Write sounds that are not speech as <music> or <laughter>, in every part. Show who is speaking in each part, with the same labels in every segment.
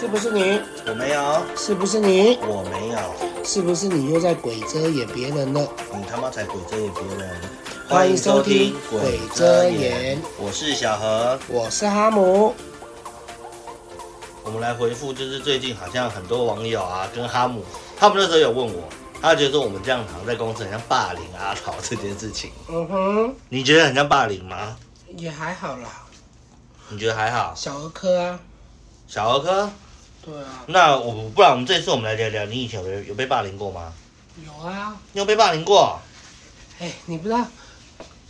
Speaker 1: 是不是你？
Speaker 2: 我没有，
Speaker 1: 是不是你？
Speaker 2: 我没有，
Speaker 1: 是不是你又在鬼遮掩别人了？
Speaker 2: 你他妈才鬼遮眼别人！
Speaker 1: 欢迎收听
Speaker 2: 欢
Speaker 1: 鬼
Speaker 2: 迎收听
Speaker 1: 遮眼
Speaker 2: 我是小何。
Speaker 1: 我是哈姆，
Speaker 2: 我们来回复，就是最近好像很多网友啊，跟哈姆他们那时候有问我，他觉得说我们这样好像在公司很像霸凌阿桃这件事情，
Speaker 1: 嗯哼，
Speaker 2: 你觉得很像霸凌吗？
Speaker 1: 也还好啦，
Speaker 2: 你觉得还好？
Speaker 1: 小儿科啊，
Speaker 2: 小儿科？
Speaker 1: 对啊，
Speaker 2: 那我不然我们这次我们来聊聊，你以前有被有被霸凌过吗？
Speaker 1: 有啊，
Speaker 2: 你有被霸凌过？
Speaker 1: 哎，你不知道，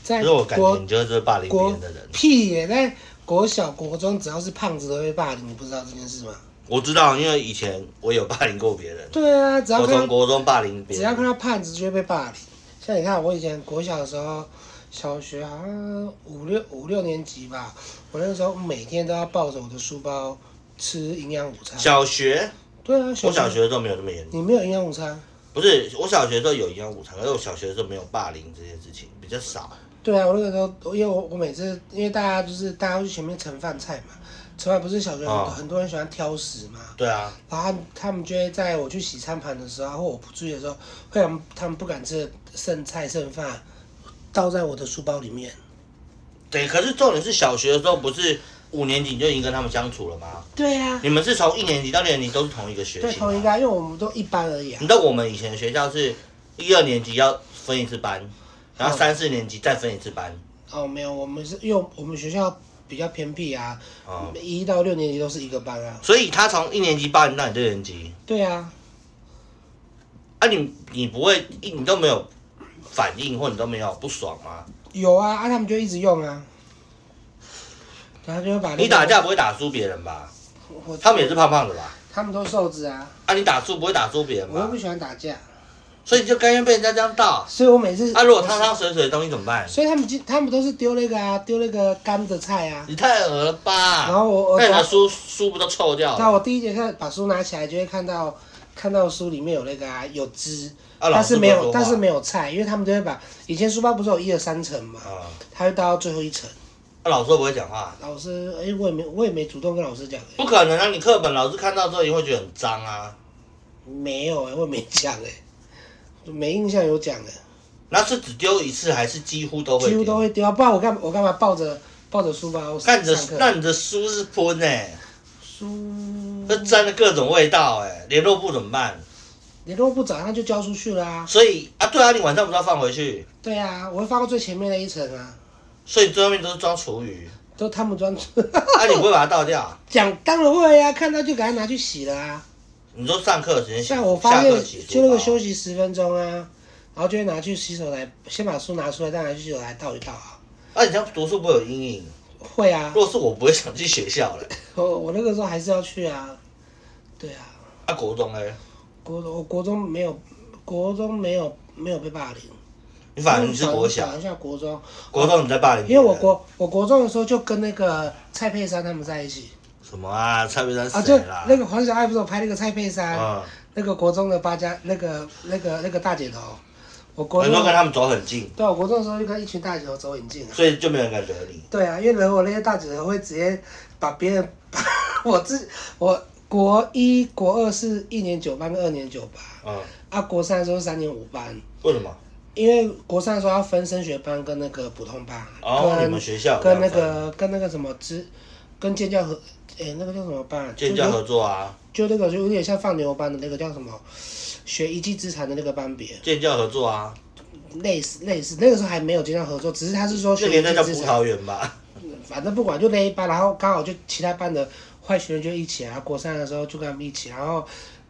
Speaker 1: 在
Speaker 2: 可是我感觉
Speaker 1: 哎国
Speaker 2: 你就是会霸凌别
Speaker 1: 国
Speaker 2: 人的人。
Speaker 1: 屁耶，在国小国中只要是胖子都会霸凌，你不知道这件事吗？
Speaker 2: 我知道，因为以前我有霸凌过别人，
Speaker 1: 对啊，只要
Speaker 2: 国
Speaker 1: 看
Speaker 2: 中
Speaker 1: 到
Speaker 2: 国中霸凌别
Speaker 1: 只要看
Speaker 2: 人，
Speaker 1: 到胖子就会被霸凌。像你看，我以前国小的时候，小学好像五六五六年级吧，我那个时候每天都要抱着我的书包吃营养午餐。
Speaker 2: 小学
Speaker 1: 对啊，
Speaker 2: 我小学的时候没有这么严重，
Speaker 1: 你没有营养午餐？
Speaker 2: 不是我小学的时候有营养午餐，可是我小学的时候没有霸凌这件事情，比较少。
Speaker 1: 对啊，我那个时候，因为我我每次因为大家就是大家去前面盛饭菜嘛，盛饭不是小学很多
Speaker 2: 哦
Speaker 1: 很多人喜欢挑食嘛，
Speaker 2: 对啊，
Speaker 1: 然后他们就会在我去洗餐盘的时候，或我不注意的时候，会让他们不敢吃的剩菜剩饭倒在我的书包里面。
Speaker 2: 对，可是重点是小学的时候不是五年级你就已经跟他们相处了吗？
Speaker 1: 对啊，
Speaker 2: 你们是从一年级到六年级都是同一个学
Speaker 1: 对
Speaker 2: 期
Speaker 1: 同一
Speaker 2: 吗？
Speaker 1: 个啊，因为我们都一班而已啊
Speaker 2: 你。知道我们以前学校是一二年级要分一次班，然后三四年级再分一次班。
Speaker 1: 哦，没有，我们是因为我们学校比较偏僻啊，
Speaker 2: 哦
Speaker 1: 一、到六年级都是一个班啊。
Speaker 2: 所以他从一年级霸凌到你六年级，
Speaker 1: 对啊，
Speaker 2: 啊你你不会一你都没有反应或你都没有不爽吗？
Speaker 1: 有啊，啊他们就一直用啊，然后就会把、那个
Speaker 2: 啊你打架不会打输别人吧？
Speaker 1: 我
Speaker 2: 他们也是胖胖的吧？
Speaker 1: 他们都瘦子啊，
Speaker 2: 啊，你打输不会打输别人
Speaker 1: 我又
Speaker 2: 吧
Speaker 1: 不？喜欢打架，
Speaker 2: 所以你就甘愿被人家这样倒。
Speaker 1: 所以我每次
Speaker 2: 啊，如果汤汤水水的东西怎么办？
Speaker 1: 所以他们就他们都是丢那个啊，丢那个干的菜啊。
Speaker 2: 你太恶了
Speaker 1: 然
Speaker 2: 吧？
Speaker 1: 后我我
Speaker 2: 那你的书书不都臭掉
Speaker 1: 那
Speaker 2: 了？
Speaker 1: 我第一节课把书拿起来就会看到看到书里面有那个啊有汁，
Speaker 2: 啊，老
Speaker 1: 但
Speaker 2: 师
Speaker 1: 是
Speaker 2: 不
Speaker 1: 没
Speaker 2: 会
Speaker 1: 有
Speaker 2: 说
Speaker 1: 但是
Speaker 2: 话
Speaker 1: 没有菜，因为他们都会把以前书包不是有一二三层嘛，
Speaker 2: 啊，
Speaker 1: 他会倒到最后一层。
Speaker 2: 那老师会不会讲话？
Speaker 1: 老师，哎、我也没我也没主动跟老师讲、哎
Speaker 2: 不可能啊！你课本老师看到之后也会觉得很脏啊。
Speaker 1: 没有哎、我也没讲哎、没印象有讲的、
Speaker 2: 那是只丢一次还是几乎都会？
Speaker 1: 几乎都。会丢啊，不然我干我干嘛抱着抱着书包
Speaker 2: 那你的
Speaker 1: 上课？
Speaker 2: 那你的书是喷哎，
Speaker 1: 书
Speaker 2: 那沾了各种味道哎，联络部怎么办？
Speaker 1: 联络部早上就交出去啦、
Speaker 2: 所以啊，对啊，你晚上不是要放回去？
Speaker 1: 对啊，我会放到最前面那一层啊，
Speaker 2: 所以最后面都是装厨余，
Speaker 1: 都他们装
Speaker 2: 啊，你不会把它倒掉？
Speaker 1: <laughs> 讲当然会啊，看到就赶快拿去洗了啊。
Speaker 2: 你说上课的时间洗，
Speaker 1: 像啊我发
Speaker 2: 下
Speaker 1: 现
Speaker 2: 课洗
Speaker 1: 就那个
Speaker 2: 书包
Speaker 1: 休息十分钟啊，然后就会拿去洗手台，先把书拿出来，再拿去洗手台倒一倒啊。
Speaker 2: 啊，你这样读书不会有阴影？
Speaker 1: 会啊，
Speaker 2: 如果是我，不会想去学校了。
Speaker 1: 我我那个时候还是要去啊。对啊，
Speaker 2: 啊，国中哎，
Speaker 1: 国我国中没有，国中没有没有被霸凌。
Speaker 2: 你反正你是国小
Speaker 1: 讲，一下国中，
Speaker 2: 国中你在霸凌
Speaker 1: 嗯
Speaker 2: 别
Speaker 1: 因为
Speaker 2: 人，
Speaker 1: 我国我国中的时候就跟那个蔡佩珊他们在一起
Speaker 2: 什么啊，蔡佩珊
Speaker 1: 啊，就
Speaker 2: 谁啦？
Speaker 1: 那个哎黄小爱不是有拍那个蔡佩珊，
Speaker 2: 嗯，
Speaker 1: 那个国中的八家那个那个那个大姐头，我国
Speaker 2: 很
Speaker 1: 中
Speaker 2: 多哦跟他们走很近，
Speaker 1: 对啊，我国中的时候就跟一群大姐头走很近啊。
Speaker 2: 所以就没有人敢惹你。
Speaker 1: 对啊，因为如果那些大姐头会直接把别人， <laughs> 我自我国一国二是一年九班跟二年九班，
Speaker 2: 嗯，
Speaker 1: 啊国三的时候是三年五班，
Speaker 2: 为什么？
Speaker 1: 因为国三的时候要分升学班跟那个普通班，
Speaker 2: 哦，你
Speaker 1: 跟
Speaker 2: 们学校有
Speaker 1: 跟
Speaker 2: 这
Speaker 1: 那
Speaker 2: 样分
Speaker 1: 个跟那个什么之，跟建教合，诶、那个叫什么班啊？
Speaker 2: 建教合作啊，
Speaker 1: 就就那个就有点像放牛班的那个叫什么，学一技之长的那个班别，
Speaker 2: 建教合作啊，
Speaker 1: 类似类似，那个时候还没有建教合作，只是他是说
Speaker 2: 那
Speaker 1: 学一技
Speaker 2: 年代叫葡
Speaker 1: 之长。
Speaker 2: 萄园
Speaker 1: <laughs>
Speaker 2: 吧？
Speaker 1: 反正不管就那一班，然后刚好就其他班的坏学生就一起啊，国三的时候就跟他们一起，然后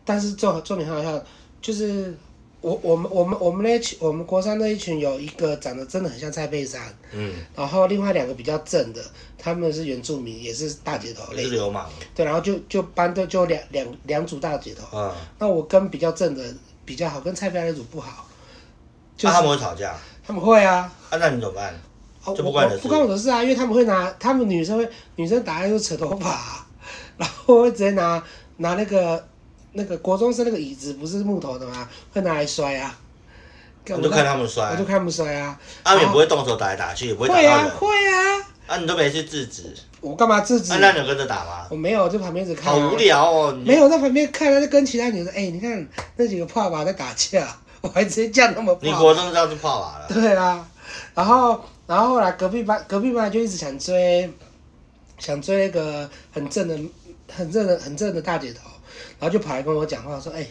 Speaker 1: 但是重重点很好笑，就是我我们我们我们那一群我们国三那一群有一个长得真的很像蔡佩珊，
Speaker 2: 嗯，
Speaker 1: 然后另外两个比较正的，他们是原住民，也是大姐头
Speaker 2: 也
Speaker 1: 类
Speaker 2: 是，流氓。
Speaker 1: 对，然后就就班队就两两两组大姐头，
Speaker 2: 嗯，
Speaker 1: 那我跟比较正的比较好，跟蔡佩珊那组不好，就
Speaker 2: 那
Speaker 1: 是、
Speaker 2: 啊他们会吵架，
Speaker 1: 他们会啊，
Speaker 2: 啊，那你怎么办？
Speaker 1: 哦，
Speaker 2: 这
Speaker 1: 我
Speaker 2: 不关你的
Speaker 1: 我
Speaker 2: 事
Speaker 1: 不关我的事啊，因为他们会拿，他们女生会女生打架就扯头发、然后会直接拿拿那个那个国中生那个椅子不是木头的吗？会拿来摔啊。
Speaker 2: 我就看他们
Speaker 1: 我
Speaker 2: 摔
Speaker 1: 就，看他们摔啊。
Speaker 2: 他们也
Speaker 1: 然
Speaker 2: 不
Speaker 1: 后
Speaker 2: 会动手打来打去，也不会打
Speaker 1: 会
Speaker 2: 到
Speaker 1: 啊
Speaker 2: 人。
Speaker 1: 会啊，
Speaker 2: 啊，你都没去制止，
Speaker 1: 我干嘛制止
Speaker 2: 啊，？那你有跟着打吗？
Speaker 1: 我没有，在旁边只看、啊
Speaker 2: 好无。聊哦，你
Speaker 1: 没有在旁边看，他就跟其他女生，哎、你看那几个爸爸在打架，我还直接叫他们
Speaker 2: 你
Speaker 1: 爸爸。
Speaker 2: 国中就要去泡娃了，
Speaker 1: 对啊，然后然后后来隔壁班隔壁班就一直想追，想追那个很正的、很正的、很正的大姐头，然后就跑来跟我讲话说：“哎、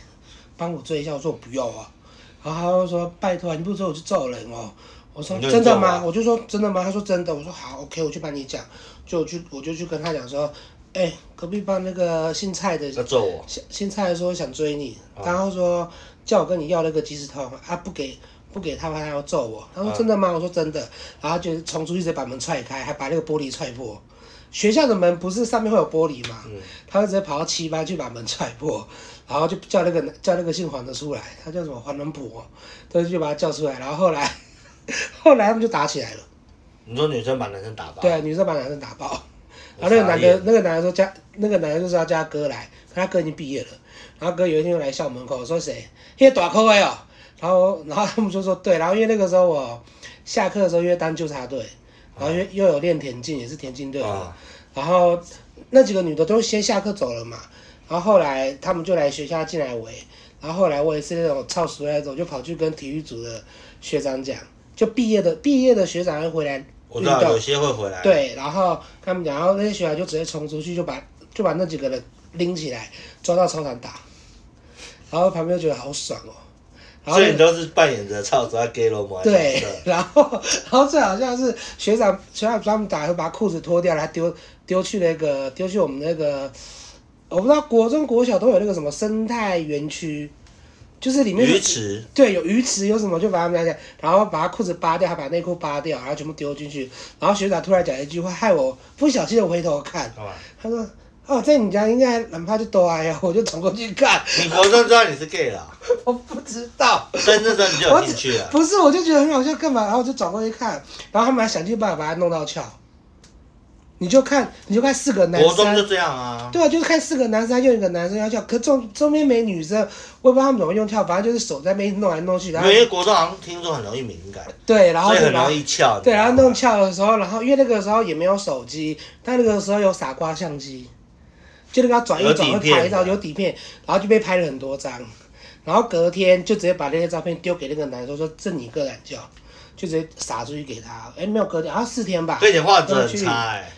Speaker 1: 帮我追一下。”我说：“我不要啊。”然后他就说：“拜托啊，你不追我就揍人哦。”我说
Speaker 2: 你就
Speaker 1: 真的
Speaker 2: 揍
Speaker 1: 吗
Speaker 2: 啊？
Speaker 1: 我就说真的吗？他说真的。我说好，OK，我去帮你讲。就我去，我就去跟他讲说，哎、隔壁班那个姓蔡的
Speaker 2: 要揍我，
Speaker 1: 现现在说想追你，
Speaker 2: 啊
Speaker 1: 然后说叫我跟你要那个即时通啊，不给不给他，他要揍我。他说
Speaker 2: 啊
Speaker 1: 真的吗？我说真的。然后就冲出去直接把门踹开，还把那个玻璃踹破。学校的门不是上面会有玻璃吗？
Speaker 2: 嗯
Speaker 1: 他就直接跑到七班去把门踹破，然后就叫那个叫那个姓黄的出来，他叫什么黄仁普哦，他就把他叫出来。然后后来 <laughs> 后来他们就打起来了，
Speaker 2: 你说女生把男生打爆，
Speaker 1: 对啊，女生把男生打爆。然
Speaker 2: 我
Speaker 1: 后那个
Speaker 2: 傻
Speaker 1: 男的
Speaker 2: 眼，
Speaker 1: 那个男的说叫那个男的就说要叫他哥来，可他哥已经毕业了。然后哥有一天又来校门口说谁，那个短裤哎哦。然后然后他们就说对，然后因为那个时候我下课的时候因为当纠察队，然后又、又有练田径，也是田径队的。
Speaker 2: 啊
Speaker 1: 然后那几个女的都先下课走了嘛，然后后来他们就来学校进来围，然后后来我也是那种超熟那种，就跑去跟体育组的学长讲，就毕业的毕业的学长会回来
Speaker 2: 我
Speaker 1: 运
Speaker 2: 知道
Speaker 1: 动
Speaker 2: 有，些会回来，，
Speaker 1: 对，然后跟他们讲，然后那些学长就直接冲出去，就把就把那几个人拎起来抓到操场打，然后旁边就觉得好爽哦，然后
Speaker 2: 所以你
Speaker 1: 那
Speaker 2: 都是扮演着操着 gay 罗摩
Speaker 1: 对，然后然后最好像是学长学长他们打，会把裤子脱掉，然后丢丢去那个丢去我们那个，我不知道国中国小都有那个什么生态园区，就是里面
Speaker 2: 鱼池，
Speaker 1: 对，有鱼池有什么就把他们拿起来，然后把他裤子扒掉，还把内裤扒掉，然后全部丢进去。然后学长突然讲一句话，害我不小心的回头看，
Speaker 2: 干嘛？
Speaker 1: 他说：“哦，在你家应该哪怕就多哎呀！”我就冲过去看，
Speaker 2: 你国中知道你是 gay 了啊，
Speaker 1: 我不知
Speaker 2: <laughs>
Speaker 1: 道，
Speaker 2: 所以那时候你就有兴趣了，
Speaker 1: 不是，我就觉得很好笑，干嘛？然后我就转过去看，然后他们还想尽办法把他弄到翘。你就看，你就看四个男
Speaker 2: 国中就
Speaker 1: 生，
Speaker 2: 这样啊，
Speaker 1: 对啊，就是看四个男生，又一个男生要跳，可中中间没女生，我也不知道他们怎么用跳，反正就是手在那边弄来弄去，
Speaker 2: 因
Speaker 1: 然后
Speaker 2: 为国中好像听说很容易敏感，
Speaker 1: 对，然后
Speaker 2: 所以
Speaker 1: 就
Speaker 2: 很
Speaker 1: 把
Speaker 2: 容易翘，
Speaker 1: 对，然后弄
Speaker 2: 翘，
Speaker 1: 翘的时候，然后因为那个时候也没有手机，但那个时候有傻瓜相机，就那个要转一
Speaker 2: 有
Speaker 1: 转
Speaker 2: 底
Speaker 1: 会
Speaker 2: 片
Speaker 1: 拍照
Speaker 2: 的
Speaker 1: 有底片，然后就被拍了很多张，然后隔天就直接把那些照片丢给那个男生说这你个懒觉，就直接撒出去给他。哎，没有隔天，好像四天吧
Speaker 2: 所，以你画质很差哎，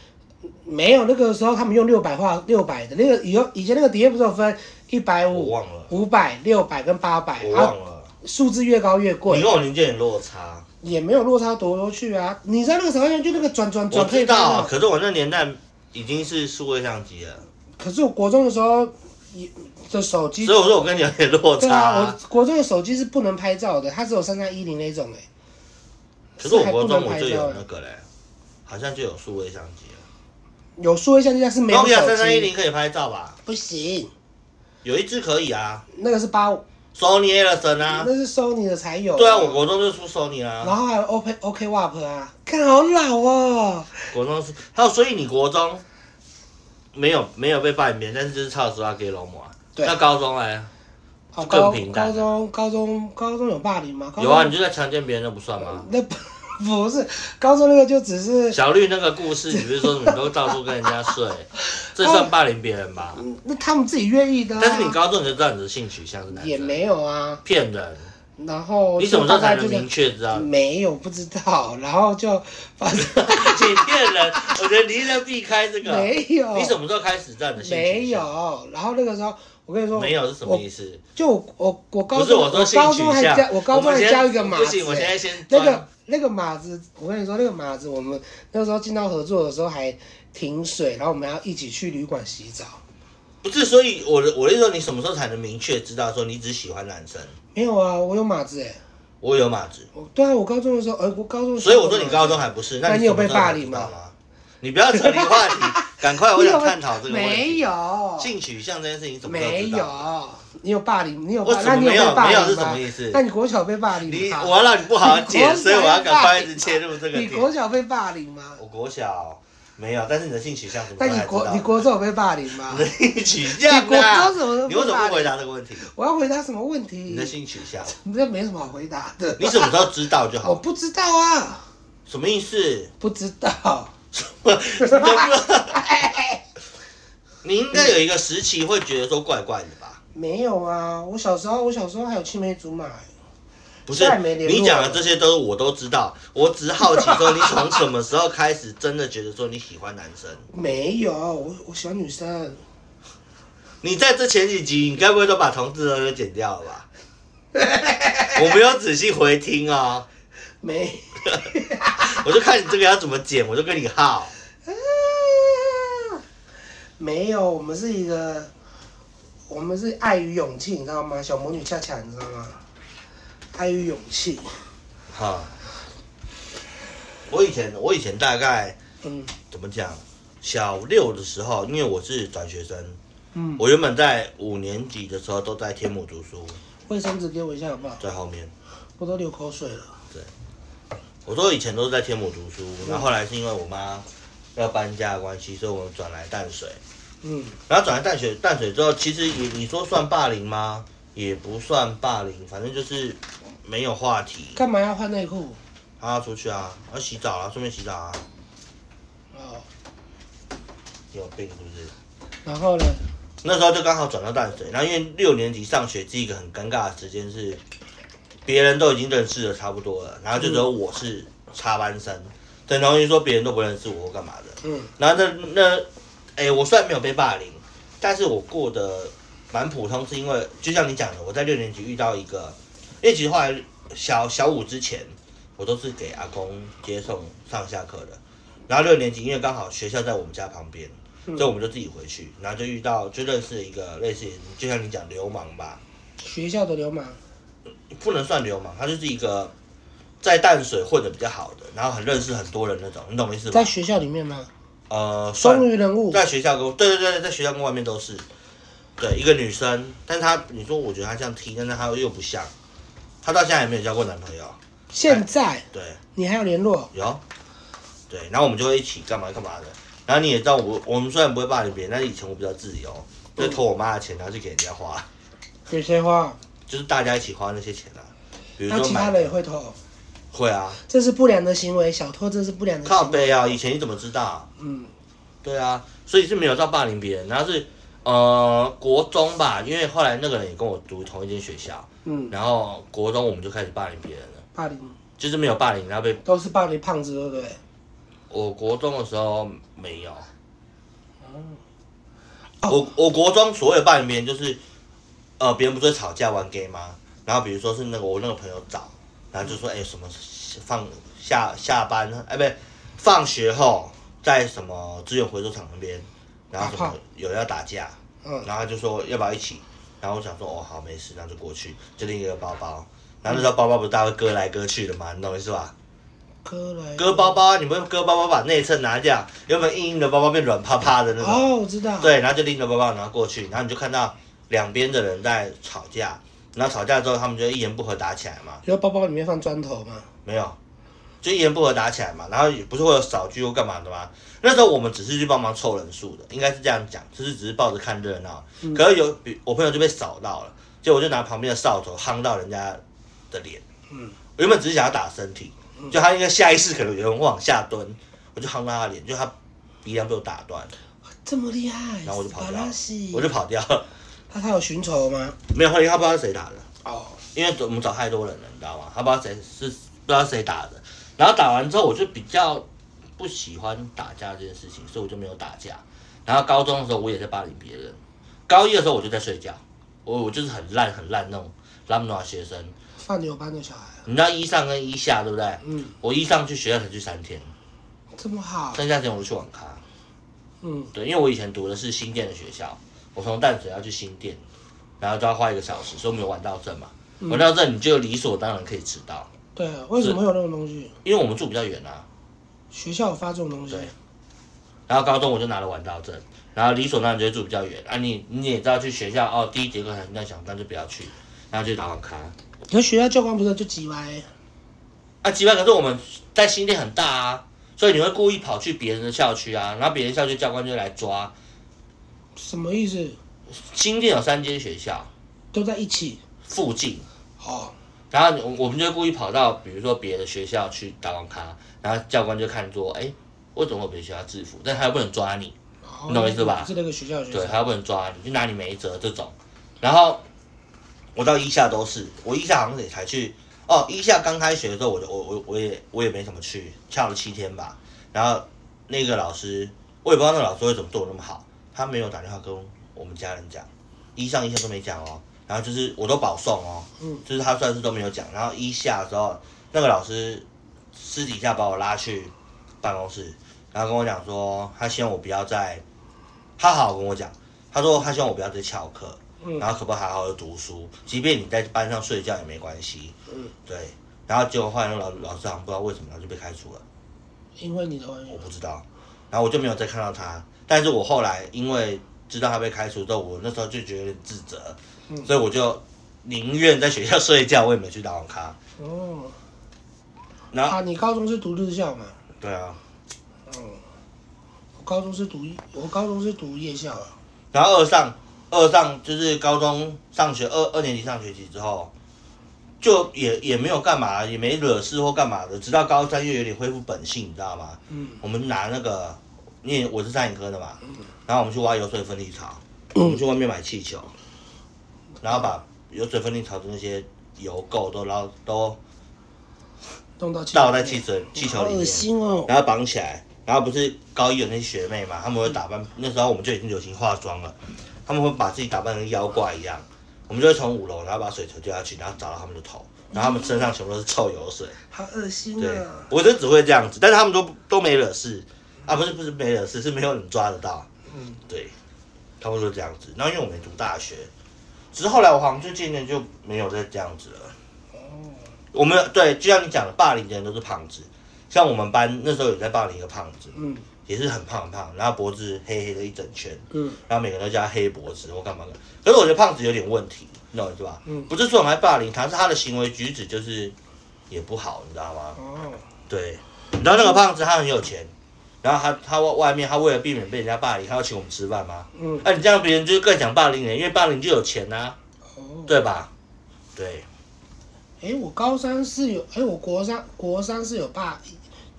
Speaker 1: 没有那个时候他们用六百画六百的那个以后以前那个底片不是有分一百
Speaker 2: 我
Speaker 1: 五、
Speaker 2: 忘了，
Speaker 1: 五百、六百跟八百，
Speaker 2: 我
Speaker 1: 啊
Speaker 2: 忘了，
Speaker 1: 数字越高越
Speaker 2: 你
Speaker 1: 贵，
Speaker 2: 跟我年纪有落差，
Speaker 1: 也没有落差多多去啊。你知道那个时候就那个转转
Speaker 2: 我
Speaker 1: 转可以
Speaker 2: 知
Speaker 1: 拍
Speaker 2: 道
Speaker 1: 到
Speaker 2: 啊，。可是我那年代已经是数位相机了，
Speaker 1: 可是我国中的时候，也的手机
Speaker 2: 所以，我说我跟你有点落
Speaker 1: 对
Speaker 2: 差
Speaker 1: 啊
Speaker 2: 啊，，
Speaker 1: 我国中的手机是不能拍照的，它只有三三一零那种哎、
Speaker 2: 可是我
Speaker 1: 啊还不
Speaker 2: 国
Speaker 1: 能
Speaker 2: 中我
Speaker 1: 拍
Speaker 2: 就
Speaker 1: 照
Speaker 2: 有
Speaker 1: 欸
Speaker 2: 那个嘞，好像就有数位相机了，
Speaker 1: 有数位相机，但是没有
Speaker 2: 诺基亚
Speaker 1: 手
Speaker 2: 三三一
Speaker 1: 机，
Speaker 2: 零可以拍照吧？
Speaker 1: 不行，
Speaker 2: 有一只可以啊
Speaker 1: 那个是八五、
Speaker 2: ，Sony Ericsson 啊，
Speaker 1: 那是 Sony 的才有、
Speaker 2: 对啊，我国中就出 Sony 啊
Speaker 1: 然
Speaker 2: 啦，
Speaker 1: 后还有 OK OK WAP 啊，看好老哦，
Speaker 2: 国中是，还有所以你国中没有没有被扮演，但是就是超时候给龙母啊，
Speaker 1: 对
Speaker 2: 那高中哎
Speaker 1: 哦
Speaker 2: 就更
Speaker 1: 高
Speaker 2: 平淡
Speaker 1: 高
Speaker 2: 了
Speaker 1: 中高中高中有霸凌吗？高中
Speaker 2: 有啊，你就在强奸别人那不算吗？
Speaker 1: 那不 <laughs> 不是高中那个就只是
Speaker 2: 小绿那个故事，你不是说你都到处跟人家
Speaker 1: <laughs>
Speaker 2: 睡，这算霸凌别人吧？
Speaker 1: 嗯那他们自己愿意的、啊，
Speaker 2: 但是你高中你就知道你的性取向是男
Speaker 1: 也
Speaker 2: 生，
Speaker 1: 没有啊，
Speaker 2: 骗人，
Speaker 1: 然后
Speaker 2: 你什么时
Speaker 1: 就
Speaker 2: 候
Speaker 1: 大
Speaker 2: 才
Speaker 1: 概就
Speaker 2: 能
Speaker 1: 是嗯
Speaker 2: 明确知道？
Speaker 1: 没有，不知道。然后就反正
Speaker 2: <laughs> 你骗人，我觉得你一定要避开这个。
Speaker 1: 没有，
Speaker 2: 啊你什么时候开始知道你的性
Speaker 1: 没
Speaker 2: 取向？
Speaker 1: 有。然后那个时候，我跟你说，
Speaker 2: 没有是什么意思？
Speaker 1: 就我我我高
Speaker 2: 不是
Speaker 1: 中
Speaker 2: 我说性
Speaker 1: 高
Speaker 2: 取
Speaker 1: 中还
Speaker 2: 向
Speaker 1: 教我高中
Speaker 2: 们
Speaker 1: 还
Speaker 2: 先
Speaker 1: 教一个马
Speaker 2: 不
Speaker 1: 子、哎
Speaker 2: 行，我现在先
Speaker 1: 那
Speaker 2: 钻
Speaker 1: 个那个马子，我跟你说，那个马子，我们那时候进到合作的时候还停水，然后我们要一起去旅馆洗澡。
Speaker 2: 不是，所以我的我的意思说，你什么时候才能明确知道说你只喜欢男生？
Speaker 1: 没有啊，我有马子哎、
Speaker 2: 我有马子，
Speaker 1: 我对啊，我高中的时候，呃，我高中的时
Speaker 2: 所
Speaker 1: 候
Speaker 2: 以
Speaker 1: 有
Speaker 2: 我
Speaker 1: 马子，
Speaker 2: 说你高中还不是，
Speaker 1: 那
Speaker 2: 你
Speaker 1: 你有
Speaker 2: 什么时候
Speaker 1: 被霸凌
Speaker 2: 知
Speaker 1: 吗
Speaker 2: 道吗？你不要扯
Speaker 1: <laughs>
Speaker 2: 离话题，赶快，我
Speaker 1: 你有
Speaker 2: 想
Speaker 1: 被
Speaker 2: 探讨这个问题。
Speaker 1: 没有，
Speaker 2: 性取向这件事情怎么时候
Speaker 1: 没
Speaker 2: 知道？
Speaker 1: 有，你有霸凌，你有
Speaker 2: 为
Speaker 1: 霸，
Speaker 2: 什
Speaker 1: 那
Speaker 2: 么
Speaker 1: 你
Speaker 2: 没
Speaker 1: 被
Speaker 2: 有
Speaker 1: 霸
Speaker 2: 没有
Speaker 1: 凌
Speaker 2: 是什
Speaker 1: 吗
Speaker 2: 么？意思？
Speaker 1: 那你国小被霸凌
Speaker 2: 你
Speaker 1: 吗？
Speaker 2: 我要让你不好好解，所以我要赶快一直切入这个
Speaker 1: 你
Speaker 2: 点。
Speaker 1: 国小被霸凌吗？
Speaker 2: 我国小没有，但是你的性取向什么
Speaker 1: 那
Speaker 2: 时候
Speaker 1: 你
Speaker 2: 才知
Speaker 1: 国
Speaker 2: 道？
Speaker 1: 你国中有被霸凌吗
Speaker 2: 你？的性取
Speaker 1: 你
Speaker 2: 向
Speaker 1: 国
Speaker 2: 啊
Speaker 1: 中？怎么都
Speaker 2: 你
Speaker 1: 被
Speaker 2: 为什么
Speaker 1: 霸凌？
Speaker 2: 不回答这个问题？
Speaker 1: 我要回答什么问题？
Speaker 2: 你的性取
Speaker 1: <laughs>
Speaker 2: 向，
Speaker 1: 这没什么好回答的。
Speaker 2: 你什么时候知道就
Speaker 1: 我
Speaker 2: 好？
Speaker 1: 不知道啊，
Speaker 2: 什么意思？ <laughs>
Speaker 1: 不知道。 <laughs>
Speaker 2: 你应该有一个时期会觉得说怪怪的吧？
Speaker 1: 没有啊，我小时候我小时候还有青梅竹马、
Speaker 2: 不是
Speaker 1: 现在没，联络
Speaker 2: 你讲的这些都是我都知道，我只好奇说你从什么时候开始真的觉得说你喜欢男
Speaker 1: <laughs>
Speaker 2: 生？
Speaker 1: 没有，我我喜欢女生，
Speaker 2: 你在这前几集，你该不会都把同志都剪掉了吧？ <laughs> 我没有仔细回听哦，
Speaker 1: 没。
Speaker 2: <laughs> 我就看你这个要怎么剪，我就跟你耗。
Speaker 1: 啊 <laughs> 没有，我们是一个，我们是爱与勇气，你知道吗？小魔女恰恰，你知道吗？爱与勇气，
Speaker 2: 哈，我以前我以前大概
Speaker 1: 嗯
Speaker 2: 怎么讲？小六的时候，因为我是转学生，
Speaker 1: 嗯，
Speaker 2: 我原本在五年级的时候都在天母读书，
Speaker 1: 卫生纸给我一下好不好？
Speaker 2: 在后面。
Speaker 1: 我都流口水了。
Speaker 2: 我说以前都是在天母读书，那后来是因为我妈要搬家的关系，所以我们转来淡水。
Speaker 1: 嗯，
Speaker 2: 然后转来淡水，淡水之后，其实也你说算霸凌吗？也不算霸凌，反正就是没有话题。
Speaker 1: 干嘛要换内裤？
Speaker 2: 他要出去啊，要洗澡啊，顺便洗澡啊。
Speaker 1: 哦，
Speaker 2: 你有病是不是？
Speaker 1: 然后呢？
Speaker 2: 那时候就刚好转到淡水，然后因为六年级上学是一个很尴尬的时间，是别人都已经认识的差不多了，然后就只有我是插班生，等同于说别人都不认识我或干嘛的。
Speaker 1: 嗯
Speaker 2: 然后那那，哎、我虽然没有被霸凌，但是我过得蛮普通，是因为就像你讲的，我在六年级遇到一个，因为其实后来小小五之前，我都是给阿公接送上下课的。然后六年级因为刚好学校在我们家旁边，所以我们就自己回去，然后就遇到就认识一个类似就像你讲流氓吧，
Speaker 1: 学校的流氓，
Speaker 2: 不能算流氓，他就是一个在淡水混的比较好的，然后很认识很多人那种，你懂我意思
Speaker 1: 在
Speaker 2: 吗？
Speaker 1: 学校里面吗？
Speaker 2: 呃，算
Speaker 1: 风云人物。
Speaker 2: 在学校跟对对对，对在学校跟外面都是，对一个女生，但是她你说我觉得她像 T，但是她又不像，她到现在也没有交过男朋友，
Speaker 1: 现在
Speaker 2: 对，
Speaker 1: 你还有联络？
Speaker 2: 有，对，然后我们就会一起干嘛干嘛的，然后你也知道我我们虽然不会霸凌别人，但是以前我比较自由，就偷我妈的钱，然后去给人家花，
Speaker 1: 给谁花？
Speaker 2: 就是大家一起花那些钱啊，比如
Speaker 1: 那
Speaker 2: 说
Speaker 1: 其他
Speaker 2: 买
Speaker 1: 人也会偷，
Speaker 2: 会啊，
Speaker 1: 这是不良的行为，小偷这是不良的
Speaker 2: 靠
Speaker 1: 行为。
Speaker 2: 背啊，以前你怎么知道？
Speaker 1: 嗯
Speaker 2: 对啊，所以是没有到霸凌别人，然后是呃国中吧，因为后来那个人也跟我读同一间学校，
Speaker 1: 嗯，
Speaker 2: 然后国中我们就开始霸凌别人了，
Speaker 1: 霸凌
Speaker 2: 就是没有霸凌，然后被
Speaker 1: 都是霸凌胖子，对不对？
Speaker 2: 我国中的时候没有，
Speaker 1: 哦
Speaker 2: 我我国中所有霸凌别人就是，呃，别人不是会吵架玩 gay 吗？然后比如说是那个我那个朋友找，然后就说哎、什么放下下班哎不对，放学后在什么资源回收厂那边，然后什
Speaker 1: 打
Speaker 2: 么
Speaker 1: 炮
Speaker 2: 有要打架，
Speaker 1: 嗯
Speaker 2: 然后他就说要不要一起，然后我想说哦好没事，然后就过去就拎一个包包，然后那时候包包不是大家会割来割去的嘛，你懂我意思吧？
Speaker 1: 割来
Speaker 2: 割包包，你不用割包包把内衬拿掉，原本硬硬的包包变软趴趴的那种。
Speaker 1: 哦，我知道。，
Speaker 2: 对，然后就拎着包包，然后过去，然后你就看到两边的人在吵架，然后吵架之后他们就一言不合打起来嘛，
Speaker 1: 然后包包里面放砖头嘛。
Speaker 2: 没有，就一言不合打起来嘛，然后也不是会有扫具或干嘛的吗？那时候我们只是去帮忙凑人数的，应该是这样讲，就是只是抱着看热闹。可是有比我朋友就被扫到了，结果我就拿旁边的扫帚夯到人家的脸，
Speaker 1: 嗯，
Speaker 2: 我原本只是想要打身体，就他应该下意识可能有人往下蹲，我就夯到他的脸，就他鼻梁被我打断，
Speaker 1: 这么厉害。
Speaker 2: 然后我就跑掉了
Speaker 1: 西，
Speaker 2: 我就跑掉了，
Speaker 1: 他他有寻仇吗？
Speaker 2: 没有，后来他不知道是谁打的。
Speaker 1: 哦，
Speaker 2: 因为我们找太多人了，你知道吗？他不知道谁是不知道谁打的，然后打完之后我就比较不喜欢打架这件事情，所以我就没有打架。然后高中的时候我也在霸凌别人，高一的时候我就在睡觉，我我就是很烂很烂那种拉姆 a 学生。
Speaker 1: 放牛班的小孩。
Speaker 2: 你知道一上跟一下对不对？
Speaker 1: 嗯，
Speaker 2: 我一上去学校才去三天，
Speaker 1: 这么好。
Speaker 2: 剩下时间我就去网咖。
Speaker 1: 嗯，
Speaker 2: 对，因为我以前读的是新店的学校，我从淡水要去新店，然后就要花一个小时，所以我没有晚到证嘛。晚到证你就理所当然可以迟到。
Speaker 1: 对，啊为什么会有那种东西？
Speaker 2: 因为我们住比较远啊。
Speaker 1: 学校有发这种东西？
Speaker 2: 对然后高中我就拿了晚到证，然后理所当然就会住比较远啊你。你也知道去学校哦，第一节课很在想，那就不要去，然后就打网咖。
Speaker 1: 可学校教官不是就挤歪？
Speaker 2: 啊，奇怪，可是我们在新店很大啊，所以你会故意跑去别人的校区啊，然后别人校区教官就来抓。
Speaker 1: 什么意思？
Speaker 2: 新店有三间学校
Speaker 1: 都在一起。
Speaker 2: 附近，
Speaker 1: 哦，
Speaker 2: 然后我我们就会故意跑到比如说别的学校去打网咖，然后教官就看说，哎，为什么我被学校制服？但他又不能抓你，
Speaker 1: 哦
Speaker 2: 你懂我意思吧
Speaker 1: 你是那个学校的学
Speaker 2: 对，
Speaker 1: 生，
Speaker 2: 他又不能抓你，就拿你没辙这种。然后我到一校都是，我一校好像也才去哦，一校刚开学的时候我就我我我也我也没怎么去，翘了七天吧。然后那个老师，我也不知道那个老师为什么对我那么好，他没有打电话跟我们家人讲，一上一下都没讲哦。然后就是我都保送哦，
Speaker 1: 嗯，
Speaker 2: 就是他算是都没有讲。然后一下的时候，那个老师私底下把我拉去办公室，然后跟我讲说，他希望我不要再，他好好跟我讲，他说他希望我不要再翘课，
Speaker 1: 嗯
Speaker 2: 然后可不可以好好的读书，即便你在班上睡觉也没关系，
Speaker 1: 嗯，
Speaker 2: 对。然后结果后来那个老老师好像不知道为什么，然后就被开除了。
Speaker 1: 因为你的关系
Speaker 2: 我，不知道，然后我就没有再看到他。但是我后来因为知道他被开除之后，我那时候就觉得有点自责，
Speaker 1: 嗯
Speaker 2: 所以我就宁愿在学校睡觉，我也没去打网咖。
Speaker 1: 哦，
Speaker 2: 然后
Speaker 1: 啊，你高中是读日校嘛？
Speaker 2: 对啊，
Speaker 1: 嗯，我高中是读我高中是读夜校啊，
Speaker 2: 然后二上二上就是高中上学二二年级上学期之后，就也也没有干嘛，也没惹事或干嘛的，直到高三又有点恢复本性，你知道吗？
Speaker 1: 嗯
Speaker 2: 我们拿那个，因为我是餐饮科的嘛
Speaker 1: 嗯，
Speaker 2: 然后我们去挖油水分离槽，我们去外面买气球，然后把油水分离槽的那些油垢都捞都
Speaker 1: 弄到气
Speaker 2: 倒在气水气球
Speaker 1: 好
Speaker 2: 里
Speaker 1: 恶
Speaker 2: 面，
Speaker 1: 心哦，
Speaker 2: 然后绑起来，然后不是高一有那些学妹嘛，她们会打扮，那时候我们就已经流行化妆了，她们会把自己打扮成妖怪一样，我们就会从五楼，然后把水球丢下去，然后找到她们的头，然后她们身上全部都是臭油水。
Speaker 1: 好恶心
Speaker 2: 对
Speaker 1: 啊，，
Speaker 2: 我就只会这样子，但是他们都都没惹事啊，不是不是没惹事，是没有人抓得到。
Speaker 1: 嗯，
Speaker 2: 对，他们说这样子。然后因为我没读大学，只是后来我好像就渐渐就没有再这样子了。
Speaker 1: 哦，
Speaker 2: 我们对，就像你讲的，霸凌的人都是胖子，像我们班那时候有在霸凌一个胖子，
Speaker 1: 嗯
Speaker 2: 也是很胖很胖，然后脖子黑黑的一整圈，
Speaker 1: 嗯
Speaker 2: 然后每个人都叫他黑脖子或干嘛的。可是我觉得胖子有点问题，你懂我意思吧？
Speaker 1: 嗯
Speaker 2: 不是说我们在霸凌他，是他的行为举止就是也不好，你知道吗？
Speaker 1: 哦，
Speaker 2: 对，你知道那个胖子他很有钱，然后他他外外面他为了避免被人家霸凌，他要请我们吃饭吗？哎
Speaker 1: 嗯
Speaker 2: 那、你这样别人就更想霸凌人，因为霸凌就有钱呐、啊
Speaker 1: 哦，
Speaker 2: 对吧？对，
Speaker 1: 哎，我高三是有，哎，我国三国三是有霸，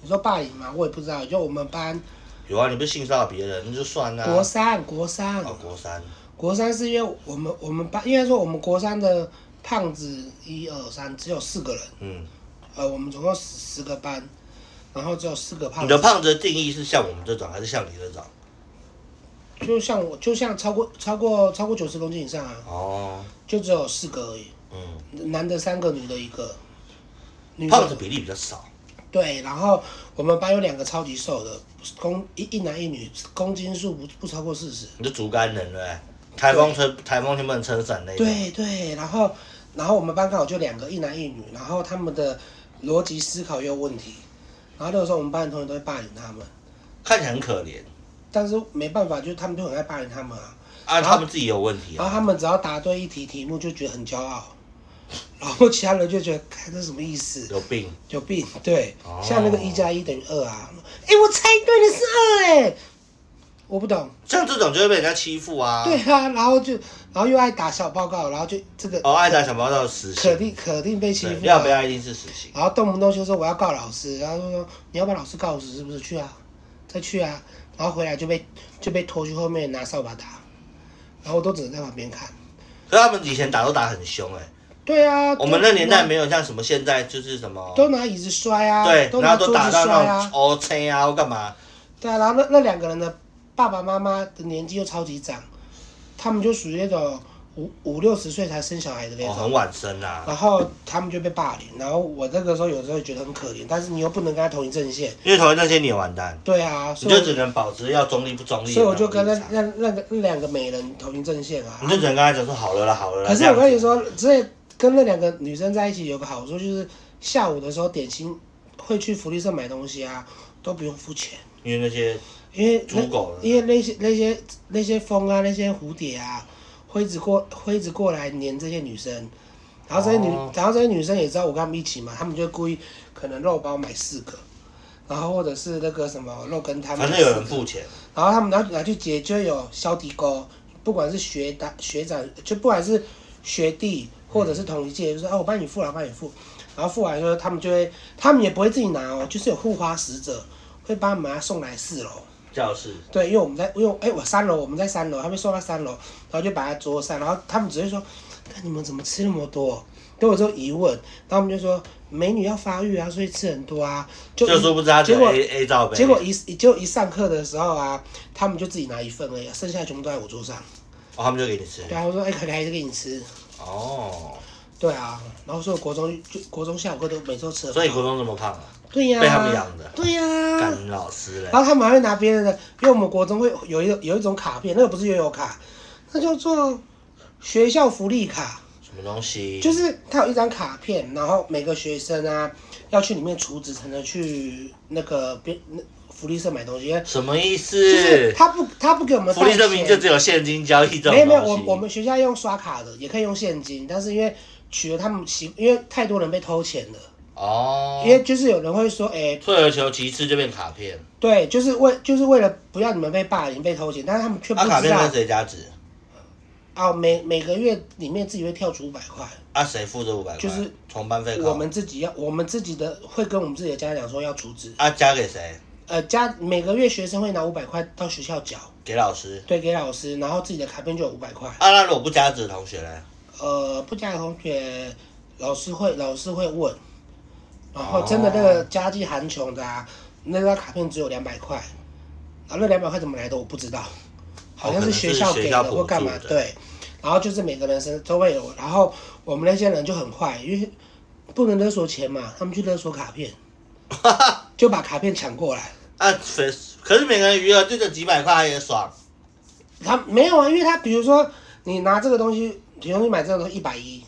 Speaker 1: 你说霸凌吗？我也不知道，就我们班
Speaker 2: 有啊，你不是性骚扰别人那就算啦、
Speaker 1: 国三国三
Speaker 2: 啊哦，国三，
Speaker 1: 国三是因为我们我们班应该说我们国三的胖子一二三只有四个人，
Speaker 2: 嗯，
Speaker 1: 呃，我们总共十十个班，然后只有四个胖
Speaker 2: 你
Speaker 1: 子
Speaker 2: 的，胖子的定义是像我们这种还是像你这种？
Speaker 1: 就像我就像超过超过超过九十公斤以上啊，
Speaker 2: 哦，
Speaker 1: 就只有四个而已，
Speaker 2: 嗯，
Speaker 1: 男的三个，女的一个，女
Speaker 2: 胖子
Speaker 1: 的
Speaker 2: 比例比较少，
Speaker 1: 对，然后我们班有两个超级瘦的，公一一男一女，公斤数不不超过四十，
Speaker 2: 你就竹竿人对不对？台风吹，台风天不能撑伞那种。
Speaker 1: 对对，然后然后我们班刚好就两个一男一女，然后他们的逻辑思考也有问题，然后那个时候我们班的同学都会霸凌他们，
Speaker 2: 看起来很可怜
Speaker 1: 但是没办法，就他们就很爱霸凌他们啊，
Speaker 2: 啊，
Speaker 1: 然后
Speaker 2: 他们自己也有问题
Speaker 1: 然后
Speaker 2: 啊。
Speaker 1: 他们只要答对一题题目就觉得很骄傲，然后其他人就觉得看这什么意思，
Speaker 2: 有病，
Speaker 1: 有病，对，
Speaker 2: 哦
Speaker 1: 像那个一加一等于二啊，哎，我猜对的是二哎、我不懂，
Speaker 2: 像这种就会被人家欺负
Speaker 1: <laughs>
Speaker 2: 啊。
Speaker 1: 对啊，然后就然后又爱打小报告，然后就这个
Speaker 2: 哦，爱打小报告死
Speaker 1: 肯
Speaker 2: 刑，
Speaker 1: 定肯定被欺
Speaker 2: 对
Speaker 1: 负、
Speaker 2: 要
Speaker 1: 啊
Speaker 2: 不，要一定是死刑。
Speaker 1: 然后动不动就说我要告老师，然后就说你要把老师告死是不是？去啊，再去啊，然后回来就被就被拖去后面拿扫把打，然后我都只能在旁边看。
Speaker 2: 可是他们以前打都打很凶哎、
Speaker 1: 对啊，
Speaker 2: 我们那年代
Speaker 1: 都
Speaker 2: 没有像什么现在就是什么，
Speaker 1: 都拿椅子摔啊，
Speaker 2: 对，
Speaker 1: 都
Speaker 2: 然
Speaker 1: 拿桌
Speaker 2: 后都
Speaker 1: 子
Speaker 2: 打到
Speaker 1: 摔
Speaker 2: 那
Speaker 1: 啊
Speaker 2: 种，凹车啊或干嘛，
Speaker 1: 对啊，然后那那两个人的爸爸妈妈的年纪又超级长，他们就属于那种五五六十岁才生小孩的那
Speaker 2: 哦，
Speaker 1: 种，
Speaker 2: 很晚生啊，
Speaker 1: 然后他们就被霸凌，然后我那个时候有时候觉得很可怜，但是你又不能跟他同一阵线，
Speaker 2: 因为同学那些你也完蛋，
Speaker 1: 对啊，
Speaker 2: 你
Speaker 1: 所以
Speaker 2: 就
Speaker 1: 我
Speaker 2: 只能保持要中立不中立的那种立场，
Speaker 1: 所以我就跟那那那个那两个美人同一阵线啊
Speaker 2: 你。就只能跟他讲说好了啦，好了啦。
Speaker 1: 可是
Speaker 2: 这样
Speaker 1: 我
Speaker 2: 子
Speaker 1: 跟你说，，这跟那两个女生在一起有个好处就是下午的时候点心会去福利社买东西啊，都不用付钱。
Speaker 2: 因为那些
Speaker 1: 因为那
Speaker 2: 猪狗的
Speaker 1: 因为那些那些那些风啊，那些蝴蝶啊，会一直过会一直过来黏这些女生，然后这些女、
Speaker 2: 哦
Speaker 1: 然后这些女生也知道我跟他们一起嘛，他们就故意可能肉包买四个，然后或者是那个什么肉羹汤，
Speaker 2: 反正有人，付钱，
Speaker 1: 然后他们拿拿去结就会有小底沟，不管是学长学长，就不管是学弟或者是同一届，就说
Speaker 2: 嗯
Speaker 1: 哦我帮你付了，我帮你付，然后付完之后他们就会他们也不会自己拿哦，就是有护花使者。会把我们把他送来四楼。
Speaker 2: 教室
Speaker 1: 对，因为我们在，因为哎、我三楼，我们在三楼，他们送到三楼，然后就把他桌上，然后他们只会说，看你们怎么吃那么多？给我这种疑问，然后我们就说美女要发育啊，所以吃很多啊，就
Speaker 2: 就殊不知他
Speaker 1: 结
Speaker 2: 只有
Speaker 1: 果
Speaker 2: A A 罩杯，
Speaker 1: 结果一结果一上课的时候啊，他们就自己拿一份而已，剩下的全部都在我桌上。
Speaker 2: 哦他们就给你吃
Speaker 1: 对啊，我说哎、可能还是给你吃。
Speaker 2: 哦，对
Speaker 1: 对啊，然后所以我国中就国中下午课都每周吃很饱。
Speaker 2: 所以国中这么胖啊，
Speaker 1: 对呀、
Speaker 2: 被他们养的
Speaker 1: 对呀、
Speaker 2: 干老师嘞
Speaker 1: 然，后他们还会拿别人的，因为我们国中会有一个有一种卡片，那个不是悠游卡，那叫做学校福利卡，
Speaker 2: 什么东西？
Speaker 1: 就是它有一张卡片，然后每个学生啊要去里面储值才能去那个别那福利社买东西，因为
Speaker 2: 什么意思？
Speaker 1: 就是他不他不给我们
Speaker 2: 福利
Speaker 1: 带
Speaker 2: 证明就
Speaker 1: 钱
Speaker 2: 只有现金交易这种
Speaker 1: 没有没有，
Speaker 2: 东
Speaker 1: 我
Speaker 2: 西
Speaker 1: 我们学校用刷卡的，也可以用现金，但是因为取了他们习，因为太多人被偷钱了，
Speaker 2: 哦，
Speaker 1: 因为就是有人会说，哎、
Speaker 2: 退而求其次就变卡片，
Speaker 1: 对，就是为就是为了不让你们被霸凌、被偷钱，但是他们却不
Speaker 2: 啊卡
Speaker 1: 知
Speaker 2: 片
Speaker 1: 道
Speaker 2: 跟谁加值？
Speaker 1: 啊，每每个月里面自己会跳出五百块，
Speaker 2: 啊谁付这五百块？
Speaker 1: 就是
Speaker 2: 重班费扣。
Speaker 1: 我们自己要，我们自己的会跟我们自己的家长讲说要处置，
Speaker 2: 啊加给谁？
Speaker 1: 呃，家每个月学生会拿五百块到学校缴，
Speaker 2: 给老师。
Speaker 1: 对，给老师，然后自己的卡片就有五百块，
Speaker 2: 啊那如果不加值的同学嘞？
Speaker 1: 呃，不加的同学，老师会老师会问，然后真的那个家境寒穷的啊，那张卡片只有两百块，然后那两百块怎么来的我不知道，好像是学校给的或干嘛
Speaker 2: 哦可能是学校补助的
Speaker 1: 对，然后就是每个人身都会有，然后我们那些人就很坏，因为不能勒索钱嘛，他们去勒索卡片，就把卡片抢过来。
Speaker 2: 啊谁？可是每个人余额就这几百块也爽。
Speaker 1: 他没有啊，因为他比如说你拿这个东西，比如说你买这个东西一百一，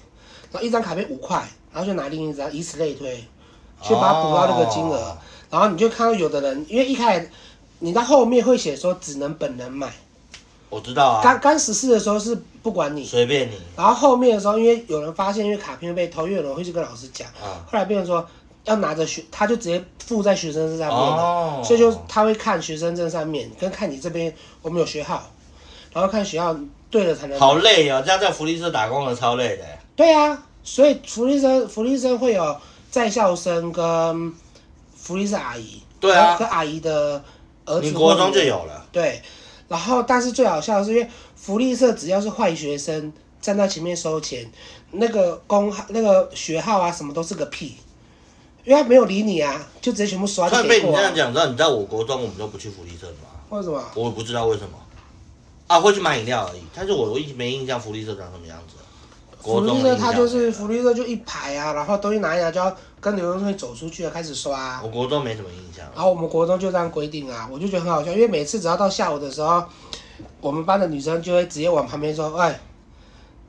Speaker 1: 然后一张卡片五块，然后就拿另一张，以此类推，去把它补到那个金额。
Speaker 2: 哦
Speaker 1: 然后你就看到有的人，因为一开始你到后面会写说只能本人买，
Speaker 2: 我知道
Speaker 1: 刚
Speaker 2: 啊，
Speaker 1: 刚十四的时候是不管你，
Speaker 2: 随便你。
Speaker 1: 然后后面的时候因为有人发现因为卡片被偷，因为有人会去跟老师讲，
Speaker 2: 啊
Speaker 1: 后来变成说。要拿着学，他就直接附在学生证上面了，
Speaker 2: 哦
Speaker 1: 所以就他会看学生证上面，跟看你这边我们有学号，然后看学号对了才能买。
Speaker 2: 好累哦，这样在福利社打工的超累的。
Speaker 1: 对啊，所以福利生福利生会有在校生跟福利社阿姨，
Speaker 2: 对
Speaker 1: 然后
Speaker 2: 啊
Speaker 1: 跟，阿姨的儿子
Speaker 2: 你
Speaker 1: 或
Speaker 2: 国中
Speaker 1: 女
Speaker 2: 就
Speaker 1: 儿
Speaker 2: 有了，
Speaker 1: 对，然后但是最好笑的是，因为福利社只要是坏学生站到前面收钱，那个工号那个学号啊什么都是个屁，因为他没有理你啊，就直接全部刷
Speaker 2: 突
Speaker 1: 就
Speaker 2: 然
Speaker 1: 给
Speaker 2: 被你
Speaker 1: 过、啊
Speaker 2: 这样。讲，你知道你在我国中我们都不去福利社的吗？
Speaker 1: 为什么？
Speaker 2: 我也不知道为什么，啊，会去买饮料而已。但是我一直没印象福利社长什么样子。
Speaker 1: 福
Speaker 2: 国中
Speaker 1: 利
Speaker 2: 的
Speaker 1: 社
Speaker 2: 印象
Speaker 1: 他就是福利社就一排啊，然后东西拿一拿就要跟流动会走出去啊，开始刷、啊。
Speaker 2: 我国中没什么印象。
Speaker 1: 然后我们国中就这样规定啊，我就觉得很好笑，因为每次只要到下午的时候，我们班的女生就会直接往旁边说：“哎， <coughs>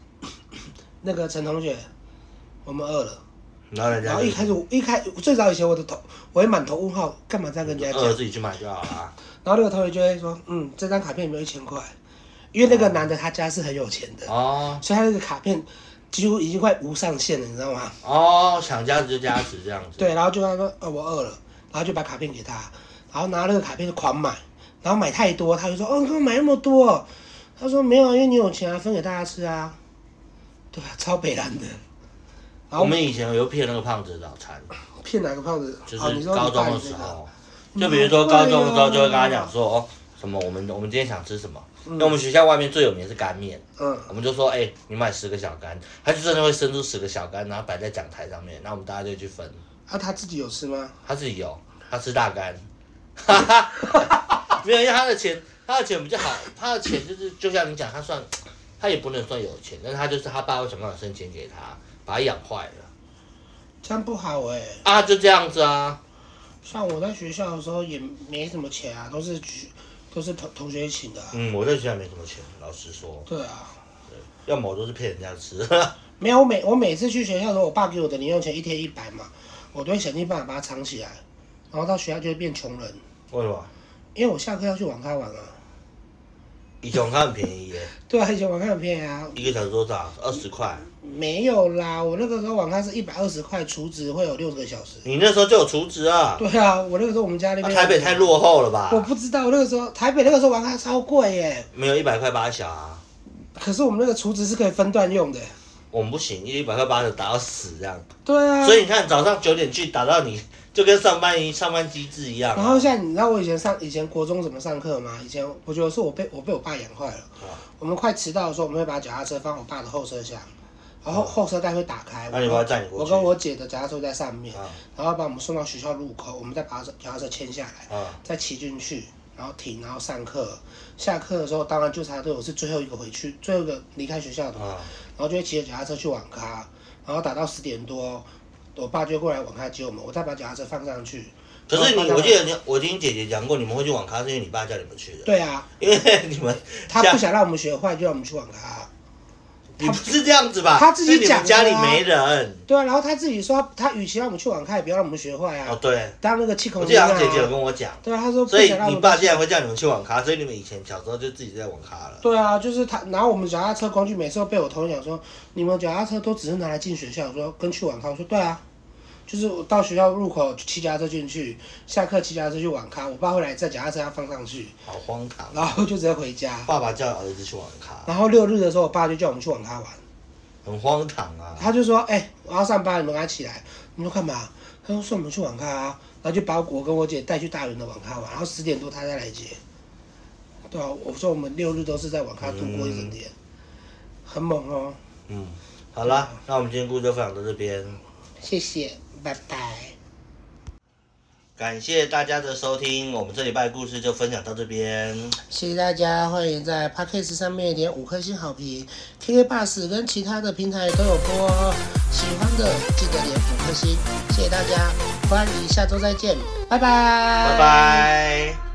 Speaker 1: 那个陈同学，我们饿了。
Speaker 2: 然后”人
Speaker 1: 然
Speaker 2: 家
Speaker 1: 后
Speaker 2: 就
Speaker 1: 一开始我一开最早以前我的头我会满头问号，干嘛这样跟人家讲
Speaker 2: 饿？自己去买就好了。
Speaker 1: 然后那个同学就会说：“嗯，这张卡片有没有一千块？”因为那个男的他家是很有钱的，
Speaker 2: 哦
Speaker 1: 所以他那个卡片几乎已经快无上限了，你知道吗？
Speaker 2: 哦，想加值就加值这样子。
Speaker 1: 对，然后就跟他说，呃，我饿了，然后就把卡片给他，然后拿那个卡片就狂买，然后买太多，他就说，哦，你干嘛买那么多？他说没有，啊，因为你有钱啊，分给大家吃啊，对啊，超北蓝的。然
Speaker 2: 我
Speaker 1: 后
Speaker 2: 们以前有骗那个胖子的早餐，
Speaker 1: 骗哪个胖子？
Speaker 2: 就
Speaker 1: 哦，你
Speaker 2: 是
Speaker 1: 说
Speaker 2: 高
Speaker 1: 你爸
Speaker 2: 中
Speaker 1: 你
Speaker 2: 的时
Speaker 1: 那个，
Speaker 2: 候，就比如说高中的时候就会跟他讲说，哦，什么我们我们今天想吃什么？因为我们学校外面最有名是干面，
Speaker 1: 嗯，
Speaker 2: 我们就说，哎、你买十个小干，他就真的会伸出十个小干，然后摆在讲台上面，然后我们大家就去分。
Speaker 1: 啊，他自己有吃吗？
Speaker 2: 他自己有，他吃大干，哈哈， <laughs> 没有，因为他的钱，他的钱比较好，他的钱就是就像你讲，他算，他也不能算有钱，但是他就是他爸会想办法生钱给他，把他养坏了
Speaker 1: 这样不好哎、
Speaker 2: 啊，就这样子啊，
Speaker 1: 像我在学校的时候也没什么钱啊，都是去都是同同学请的啊、
Speaker 2: 嗯，我在学校没什么钱，老实说，
Speaker 1: 对啊，
Speaker 2: 要么我都是骗人家吃， <laughs>
Speaker 1: 没有，我每我每次去学校的时候，我爸给我的零用钱一天一百嘛，我都会想尽办法把它藏起来，然后到学校就会变穷人，
Speaker 2: 为什么？
Speaker 1: 因为我下课要去网咖玩啊。
Speaker 2: 以前我看很便宜耶， <laughs>
Speaker 1: 对啊，以前网咖很便宜啊，
Speaker 2: 一个小时多少？二十块，
Speaker 1: 没有啦，我那个时候网咖是一百二十块，储值会有六个小时。
Speaker 2: 你那时候就有厨子啊，
Speaker 1: 对啊，我那个时候我们家那
Speaker 2: 啊
Speaker 1: 边、
Speaker 2: 台北太，落后了吧
Speaker 1: 我？不知道，我那个时候台北那个时候网咖超贵耶，
Speaker 2: 没有一百块八小啊，
Speaker 1: 可是我们那个储值是可以分段用的。
Speaker 2: 我们不行，一百块八小打到死这样。
Speaker 1: 对啊，
Speaker 2: 所以你看，早上九点去打到你就跟上班一上班机制一样啊、
Speaker 1: 然后像你知道我以前上以前国中怎么上课吗？以前我觉得是我被我被我爸养坏了。
Speaker 2: 啊
Speaker 1: 我们快迟到的时候，我们会把脚踏车放我爸的后车厢，然后后车盖会打开。
Speaker 2: 啊那你
Speaker 1: 我
Speaker 2: 把它载你过去
Speaker 1: 我跟我姐的脚踏车在上面，
Speaker 2: 啊
Speaker 1: 然后把我们送到学校路口，我们再把脚踏车牵下来，
Speaker 2: 啊
Speaker 1: 再骑进去，然后停，然后上课。下课的时候，当然纠察队我是最后一个回去，最后一个离开学校的嘛，
Speaker 2: 啊！
Speaker 1: 然后就会骑着脚踏车去网咖，然后打到十点多，我爸就过来网咖接我们，我再把脚踏车放上去。
Speaker 2: 可
Speaker 1: 然
Speaker 2: 是你，
Speaker 1: 后
Speaker 2: 我
Speaker 1: 放到
Speaker 2: 记得你，我听姐姐讲过，你们会去网咖是因为你爸叫你们去的，
Speaker 1: 对啊，
Speaker 2: 因为 <laughs> 你们
Speaker 1: 他
Speaker 2: 家
Speaker 1: 不想让我们学坏，就让我们去网咖。
Speaker 2: 你不是这样子吧？
Speaker 1: 他自己
Speaker 2: 是你们
Speaker 1: 讲的
Speaker 2: 家
Speaker 1: 啊
Speaker 2: 里没人
Speaker 1: 对啊，然后他自己说他，他与其让我们去网咖，也不要让我们学坏
Speaker 2: 哦
Speaker 1: 啊。。
Speaker 2: 对，
Speaker 1: 当那个气
Speaker 2: 我
Speaker 1: 孔
Speaker 2: 记得
Speaker 1: 音
Speaker 2: 好
Speaker 1: 啊
Speaker 2: 像。姐姐有跟我讲，
Speaker 1: 对啊，他说不
Speaker 2: 所以
Speaker 1: 想让我
Speaker 2: 你
Speaker 1: 们
Speaker 2: 爸竟然会叫你们去网咖，所以你们以前小时候就自己在网咖了。
Speaker 1: 对啊，就是他拿我们脚踏车工具，每次都被我同学讲说，你们脚踏车都只是拿来进学校，我说跟去网咖，我说对啊，就是我到学校入口骑脚踏车进去，下课骑脚踏车去网咖，我爸会来在脚踏车上放上去，
Speaker 2: 好荒唐！
Speaker 1: 然后就直接回家。
Speaker 2: 爸爸叫儿子去网咖，
Speaker 1: 然后六日的时候，我爸就叫我们去网咖玩，
Speaker 2: 很荒唐啊！
Speaker 1: 他就说，哎、我要上班，你们赶快起来。你们说干嘛？他说送我们去网咖啊，然后就把我跟我姐带去大园的网咖玩，然后十点多他再来接。对啊，我说我们六日都是在网咖度过一整天，很猛哦。
Speaker 2: 嗯，好啦，那我们今天故事就分享到这边，
Speaker 1: 谢谢，拜拜。
Speaker 2: 感谢大家的收听，我们这礼拜的故事就分享到这边。
Speaker 1: 谢谢大家，欢迎在 Podcast 上面点五颗星好评，KK Bus 跟其他的平台都有播哦。喜欢的记得点五颗星，谢谢大家，欢迎下周再见，拜拜，
Speaker 2: 拜拜。